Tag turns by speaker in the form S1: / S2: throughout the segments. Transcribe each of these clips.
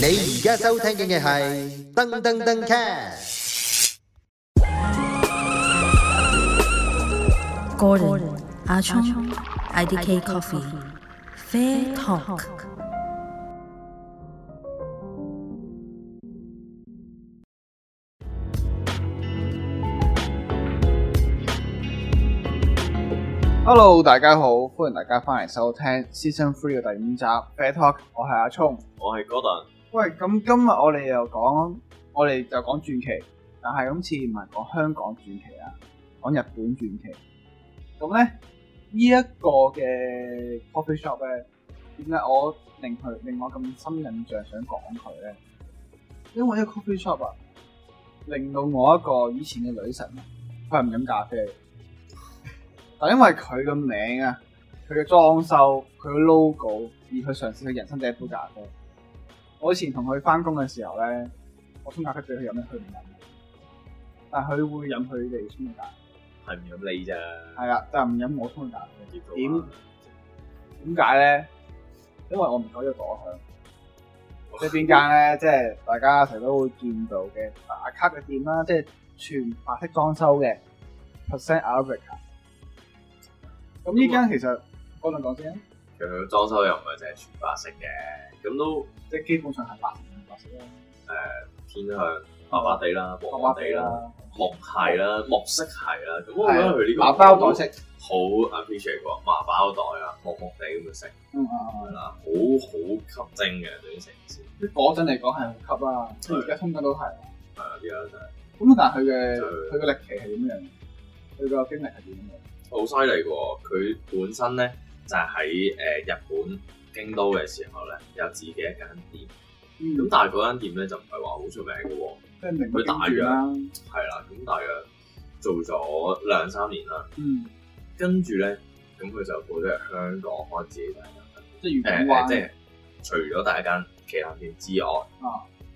S1: 你而家收聽嘅係噔噔噔 cast。
S2: Gordon 阿聰 IDK Coffee Fair Talk。
S3: Hello，大家好，歡迎大家翻嚟收聽 Season Three 嘅第五集 Fair Talk，我係阿聰。
S4: 我係 Gordon，
S3: 喂，咁今日我哋又講，我哋就講傳奇，但係今次唔係講香港傳奇啊，講日本傳奇。咁咧，呢、一個嘅 coffee shop 咧，點解我令佢令我咁深印象想講佢咧？因為呢個 coffee shop 啊，令到我一個以前嘅女神，佢係唔飲咖啡 嘅，但因為佢嘅名啊，佢嘅裝修，佢嘅 logo，而佢嘗試佢人生第一杯咖啡。我以前同佢翻工嘅時候咧，我沖咖啡俾佢飲咧，佢唔飲，但係佢會飲佢哋沖嘅咖啡，
S4: 係唔飲你咋？
S3: 係啦，但係唔飲我沖嘅咖啡。
S4: 結果啊
S3: 點點解咧？因為我唔夠呢個果香。即係邊間咧？即係大家成日都會見到嘅打卡嘅店啦，即係全白色裝修嘅 Percent Arabica。咁呢間其實我想講先啊，
S4: 其實佢裝修又唔係淨係全白色嘅，咁都
S3: 即係基本上係白色同白色啦，
S4: 偏向白白地啦、黃
S3: 白
S4: 黃
S3: 白
S4: 地
S3: 地
S4: 啦、
S3: 啦，啊
S4: 木鞋啦、木色鞋啦。咁我覺得佢呢個
S3: 麻包袋式，
S4: 好 appreciate 個麻包袋啊，木木地咁嘅色
S3: 嗯啊啊。
S4: 係啦，好好吸睛嘅對於成件事。
S3: 啲果陣嚟講係好級啦，即係而家通緊都係。
S4: 係啊，而家真係
S3: 咁但係佢嘅
S4: 係
S3: 佢嘅歷期係點樣？佢個經歷係點樣？
S4: 好犀利喎！佢本身咧就係喺誒日本京都嘅時候咧，有自己一間店。咁
S3: 嗯，
S4: 但係嗰間店咧就唔係話好出名嘅喎。
S3: 即係明
S4: 佢大
S3: 轉啦。
S4: 係啦，咁大約做咗兩三年啦，
S3: 嗯，
S4: 跟住咧，咁佢就過咗嚟香港開自己第一間分
S3: 即係
S4: 店，
S3: 元
S4: 誒、
S3: 朗
S4: 誒即
S3: 灣
S4: 係除咗第一間旗艦店之外，
S3: 啊，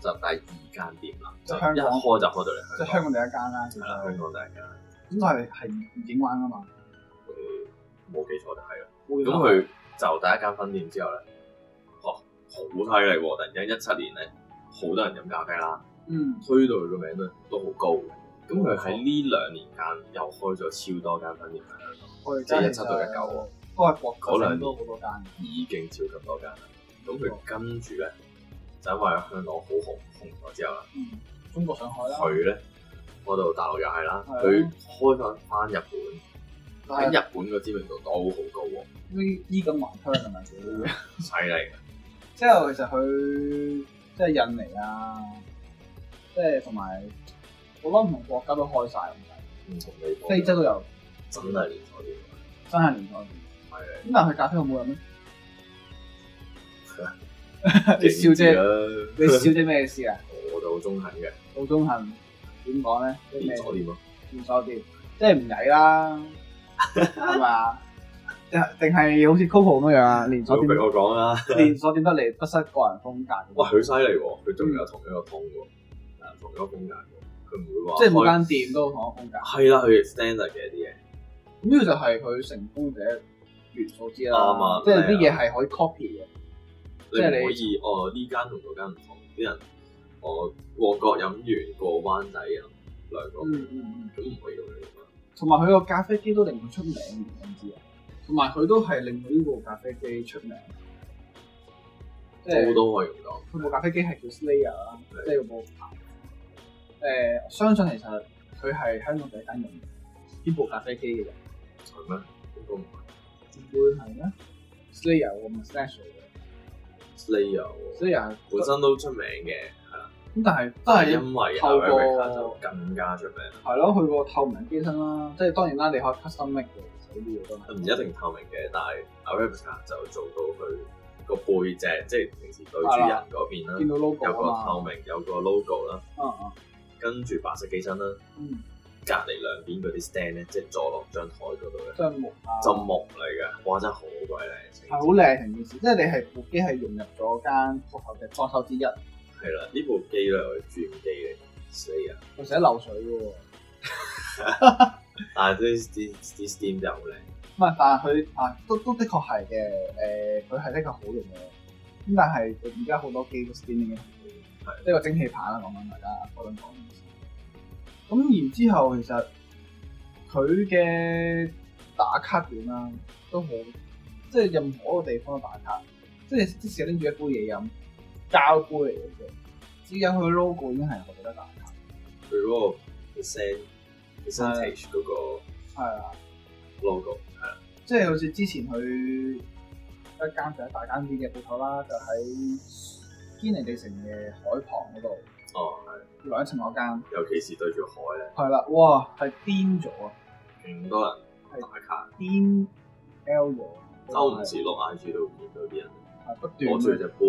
S4: 就第二間店啦，
S3: 即係
S4: 就
S3: 香港
S4: 一開就開到嚟
S3: 即係
S4: 香
S3: 香港
S4: 港，
S3: 第啊一間啦。其
S4: 係啦，
S3: 實
S4: 香港第一間，
S3: 咁但係係愉景灣啊嘛。
S4: 誒冇記錯就係啦。
S3: 咁
S4: 咁佢就第一間分店之後咧，哦，好犀利喎！突然間一七年咧，好多人飲咖啡啦。
S3: 嗯
S4: 推到佢個名咧都好高嘅。咁佢喺呢兩年間又開咗超多間分店喺香港，
S3: 我哋
S4: 即
S3: 真
S4: 係
S3: 係
S4: 一七到一九喎，
S3: 都係國
S4: 嗰兩
S3: 嗰
S4: 年
S3: 都好多間。
S4: 已經超級多間啦。咁佢跟住咧就因為香港好紅紅咗之後啦，
S3: 嗯，中國上海啦，
S4: 佢咧嗰度大陸又係啦，
S3: 係啊
S4: 佢開翻翻日本，
S3: 但
S4: 喺
S3: 係啊
S4: 日本個知名度都好高喎，
S3: 呢衣錦還鄉係咪？
S4: 犀利嘅。
S3: 之後其實佢即係印尼啊，即係同埋好多唔同國家都開晒咁滯，
S4: 唔同地方
S3: 非洲都有，
S4: 真係連鎖店，
S3: 真係連鎖店。
S4: 係啊
S3: 咁但係佢咖啡好冇飲咧？ 你笑啫，
S4: 勁啲啦，
S3: 你笑啫咩事啊？
S4: 我就好中肯嘅
S3: 老中肯點講咧？即係
S4: 連
S3: 咩
S4: 鎖店啊咯，
S3: 連鎖店，即係唔曳 啦，係嘛？定定係好似 Coco 咁樣啊？連鎖
S4: 唔
S3: 店
S4: 好
S3: 嗯
S4: 俾，我講啦。
S3: 連鎖店得嚟不失個人風格。
S4: 哇！佢犀利喎，佢仲
S3: 嗯
S4: 有同一個通喎，誒同一個風格喎，佢唔會話
S3: 即係每
S4: 開
S3: 間店都有同一個風格。
S4: 係啦，佢 standard 嘅啲嘢，
S3: 咁呢個就係佢成功嘅元素之一啦，
S4: 啱啊
S3: 即係啲嘢係可以 copy 嘅。即係你
S4: 你唔可以哦呢間同嗰間唔同，啲人我旺角飲完過灣仔飲兩個，
S3: 嗯嗯嗯。
S4: 咁唔可以咁樣㗎嘛
S3: 同埋佢個咖啡機都令佢出名，唔知啊。同埋佢都係令到呢部咖啡機出名。即
S4: 都
S3: 係
S4: 都可以咁講，
S3: 佢部咖啡機係叫 Slayer 啦，即係部牌。誒，我相信其實佢係香港第一間用呢部咖啡機嘅人，
S4: 係咩？應該唔係
S3: 會係咩？Slayer 喎唔係 Slash 嘅
S4: Slayer 喎，
S3: ，Slayer
S4: 本身都出名嘅，
S3: 咁，但係都係
S4: 因為
S3: 透過
S4: Arabica 就更加出名啦，
S3: 係咯，佢個透明機身啦，即係當然啦，你可以 custom make 嘅，其實呢啲嘢都係。
S4: 唔一定啊透明嘅，但係 Arabica 就做到佢個背脊，即係平時對住人嗰邊啦
S3: 見，到
S4: 有個
S3: logo 啊
S4: 透明，有個 logo 啦。
S3: 嘛，啊啊，
S4: 跟住白色機身啦，
S3: 嗯，
S4: 隔離兩邊嗰啲 stand 咧，即係坐落張台嗰度咧，
S3: 即係木啊，
S4: 就木嚟嘅，哇！真係好鬼靚，
S3: 係好靚成件事，即係你係部機係融入咗間鋪頭嘅裝修之一，
S4: 係啦，呢部機咧我轉機嚟，所以啊，
S3: 佢成日漏水嘅喎，唔
S4: 但係啲啲啲 steam 就好靚，
S3: 啊係，但係佢啊都都的確係嘅，誒佢係的確好用嘅，咁但係而家好多機都 skin 嘅，即係個蒸汽棒啊啦，講緊大家嗰陣講。咁然之後，其實佢嘅打卡點啦，都好，即係任何一個地方都打卡，即係即使拎住一杯嘢飲，膠杯嚟嘅啫，只有佢 logo 已經係我覺得打卡。
S4: 佢嗰個 percent percentage 嗰個
S3: 係啊。
S4: logo
S3: 即係好似之前去一間比較大間啲嘅鋪頭啦，就喺堅尼地城嘅海旁嗰度，
S4: 哦，係
S3: 兩層嗰間，
S4: 尤其是對住海咧，
S3: 係啦，哇，係癲咗啊，
S4: 勁多人打卡，
S3: 癲 L 咗，
S4: 周唔時落 IG 度見到啲人
S3: 啊係不斷
S4: 攞住
S3: 嘅，
S4: 隻杯，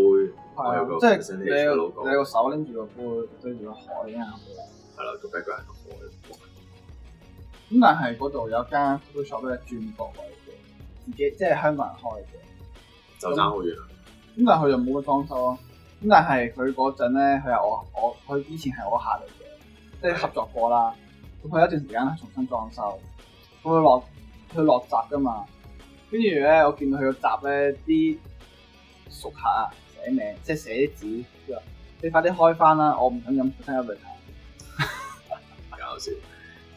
S3: 係
S4: 我有個
S3: 啊，即係
S4: percentage 嘅
S3: 你
S4: logo，
S3: 個你個手拎住個杯對住個海啊啱嘅。
S4: 係啦，個 background 係海。
S3: 咁但係嗰度有間 coffee shop 咧轉角位嘅，自己即係香港人開嘅。
S4: 就爭好遠啦，
S3: 咁但係佢就冇乜裝修咯。咁但係佢嗰陣咧，佢係我我佢以前係我客嚟嘅，即係合作過啦。咁佢有一段時間係重新裝修，咁佢落佢落閘噶嘛。跟住咧，我見到佢個閘咧啲熟客啊寫名，即係寫啲紙，佢話你快啲開翻啦，我唔想飲本身一杯茶。
S4: 搞笑。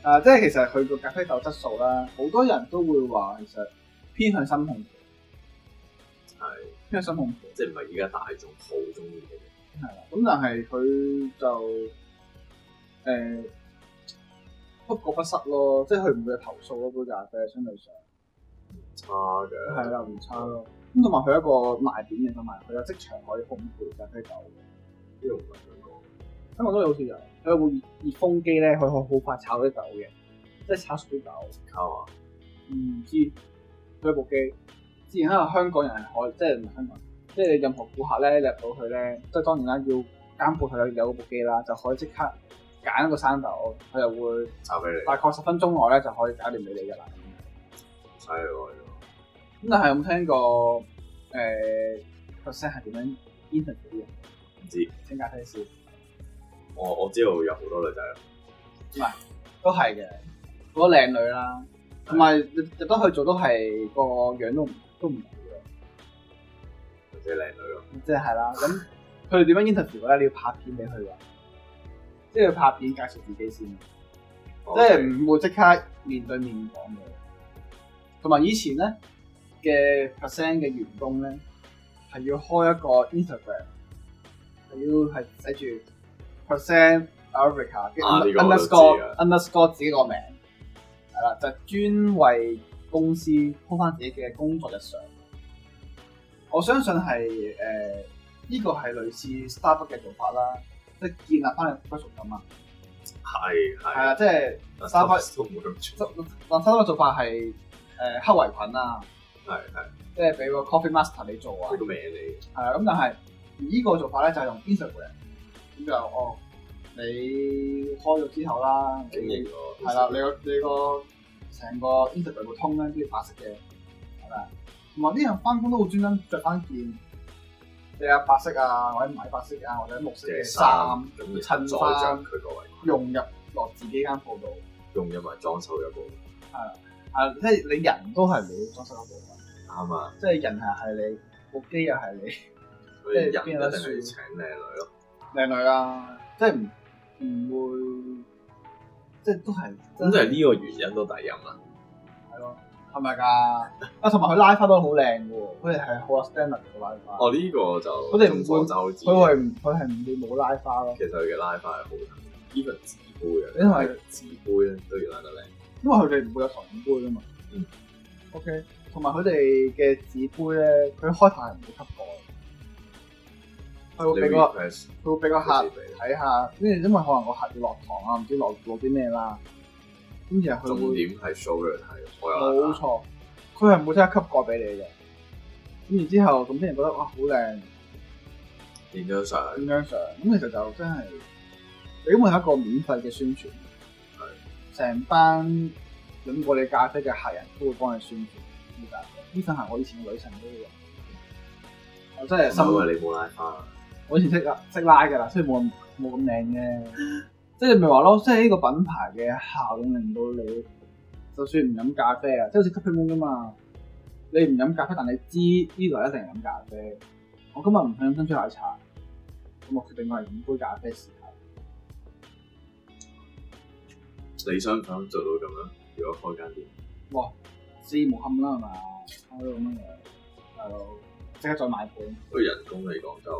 S3: 啊，即係其實佢個咖啡豆質素啦，好多人都會話其實偏向新烘焙，
S4: 係
S3: 偏向新烘焙。
S4: 即係唔係而家大眾好中意嘅嘢，
S3: 係啦，咁但係佢就誒不過不失咯，即係佢唔會有投訴咯，杯咖啡相對上
S4: 差嘅。
S3: 係啦，唔差咯。咁同埋佢有一個賣點嘅，同埋佢有即場可以烘焙咖啡豆嘅。
S4: 呢個唔係香港，
S3: 香港都有好似有，佢有部熱熱風機咧，佢可以好快炒啲豆嘅，即係炒熟啲豆。
S4: 靠啊！
S3: 唔知佢有部機，之前喺度香港人係可以，即係唔係香港人，即係任何顧客咧你入到去咧，即係當然啦，要監顧佢有有嗰部機啦，就可以即刻揀一個生豆，佢就會
S4: 炒俾你，
S3: 大概十分鐘內咧就可以搞掂俾你噶啦。
S4: 犀利喎！呢個
S3: 咁但係有冇聽過誒 percent 係點樣 interview 嘅？
S4: 唔知
S3: 請咖啡師
S4: 我我知道有好多女仔
S3: 都係嘅，好多靚女啦，同埋入入得去做都係個樣都唔都唔好嘅。
S4: 或者靚女咯，
S3: 即係啦。咁佢哋點樣 interview 咧？你要拍片俾佢㗎，即係要拍片介紹自己先，即
S4: 哦
S3: 係唔會即刻面對面講嘅。同埋以前咧嘅 percent 嘅員工咧，係要開一個 Instagram，係要係寫住 percent Africa 嘅
S4: 啊呢個我都知
S3: underscore
S4: 啊
S3: underscore 自己個名，係啦，就專為公司 po 翻自己嘅工作日常。我相信係誒呢個係類似 Starbucks 嘅做法啦，即係建立翻你 professional 感啊。
S4: 係
S3: 係
S4: 係
S3: 啊，即係
S4: 但
S3: 三分
S4: Starbucks 都冇咁做，
S3: 林生嘅做法係誒、呃、黑圍裙啊，
S4: 係係
S3: 即係俾個 coffee master 你做啊
S4: 呢。個名嚟嘅，
S3: 係啊，咁但係呢個做法咧就係用 Instagram，咁就哦，你開咗之後啦，
S4: 經
S3: 你
S4: 營個
S3: 係啦，你個你個成個 Instagram 個通咧都要白色嘅，係啦，同埋啲人翻工都會專登着翻件，你啊白色啊，或者米白色啊，或者綠色嘅
S4: 嘅
S3: 衫
S4: 衫，咁
S3: 襯
S4: 再
S3: 衫
S4: 將佢個位
S3: 融入落自己間鋪度。
S4: 用入埋裝修入部，
S3: 啊！即係你人都係你裝修嗰部分，
S4: 啱啊！
S3: 即係人係係你，部機又係你，
S4: 所以人一
S3: 即係
S4: 定
S3: 邊有
S4: 係
S3: 得
S4: 要
S3: 選
S4: 請靚女咯，
S3: 靚女啊啦，即係唔唔會，即係都係
S4: 咁就係呢個原因都抵飲啦，
S3: 係咯，係咪㗎？啊，同埋佢拉花都好靚嘅喎，佢哋係好 standard 嘅拉花，
S4: 我哦呢個就
S3: 我哋唔會
S4: 眾所周知，
S3: 佢係唔佢係唔會冇拉花咯，
S4: 其實佢嘅拉花係好睇，even 紙杯啊，
S3: 因為
S4: 紙杯咧都要拉得靚。
S3: 因為佢哋唔會有糖杯㗎嘛。
S4: 嗯。
S3: OK，同埋佢哋嘅紙杯咧，佢開頭係唔會吸蓋，佢會俾個。
S4: request
S3: 佢會俾個客睇下，跟住因為可能個客要落堂啊，唔知落落啲咩啦，跟住佢
S4: 重
S3: 會
S4: 點係 show 俾佢睇，我有
S3: 冇
S4: 拉花
S3: 錯，佢係唔會即刻吸過俾你嘅。咁然之後，咁啲人覺得哇好靚，
S4: 影張相，
S3: 影張相，咁其實就真係你根本係一個免費嘅宣傳，成班飲過你咖啡嘅客人都會幫你宣傳呢咖啡。呢份係我以前嘅女神都會用，我真係
S4: 唔係
S3: 心。
S4: 為你冇啊拉花，
S3: 我以前識啦，識拉㗎啦，雖然冇咁冇咁靚嘅，即係咪話咯，即係呢個品牌嘅效應令到你，就算唔飲咖啡啊，即係好似吸血咁啫嘛，你唔飲咖啡，但你知呢度一定係飲咖啡，我我今日唔想飲珍珠奶茶，咁我決定我係飲杯咖啡試下。
S4: 你想唔想做到咁樣？如果開間店，
S3: 哇，知冇冚啦係嘛，開到咁樣樣，大佬即刻再買本。
S4: 不過人工嚟講就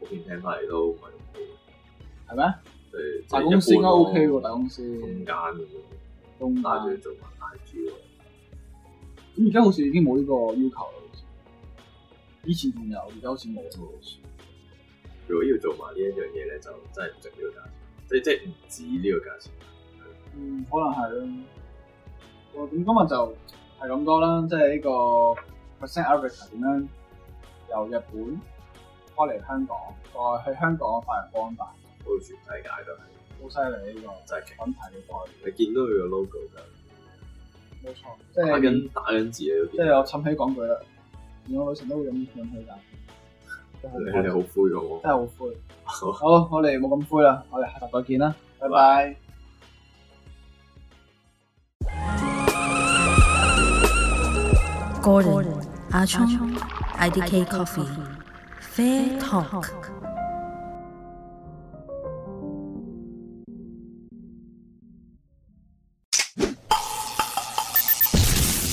S4: 普遍聽翻嚟都唔係咁
S3: 係咩？
S4: 好，誒
S3: 大公司應該 OK 喎，大
S4: 大
S3: 公司
S4: 中間咁樣，
S3: 中間
S4: 但係仲要做埋 I G 喎。
S3: 咁而家好似已經冇呢個要求啦。好似以前仲有，而家好似冇啦。
S4: 如果要做埋呢一樣嘢咧，就真係唔值呢個價錢，即即唔止呢個價錢。
S3: 嗯，可能係咯。我咁今日就係咁多啦，即係呢個 percent Arabica 點樣由日本開嚟香港，再去香港發揚光大，
S4: 好似全世界都係，
S3: 好犀利呢個
S4: 真係勁。
S3: 品牌嘅概
S4: 你見到佢個 logo 就
S3: 念。冇錯，即
S4: 打
S3: 係
S4: 緊打緊字啊喺度，
S3: 即係我襯起講句啦，連我女神都會飲飲佢㗎。真
S4: 你
S3: 係
S4: 哋好灰嘅喎。
S3: 真係好灰。
S4: 好
S3: 好，我哋冇咁灰啦，我哋下集再見啦，拜拜。
S2: Gordon, Achong, IDK Coffee, Fair Talk.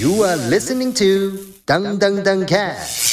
S1: You are listening to Dung Dung Dung Cat.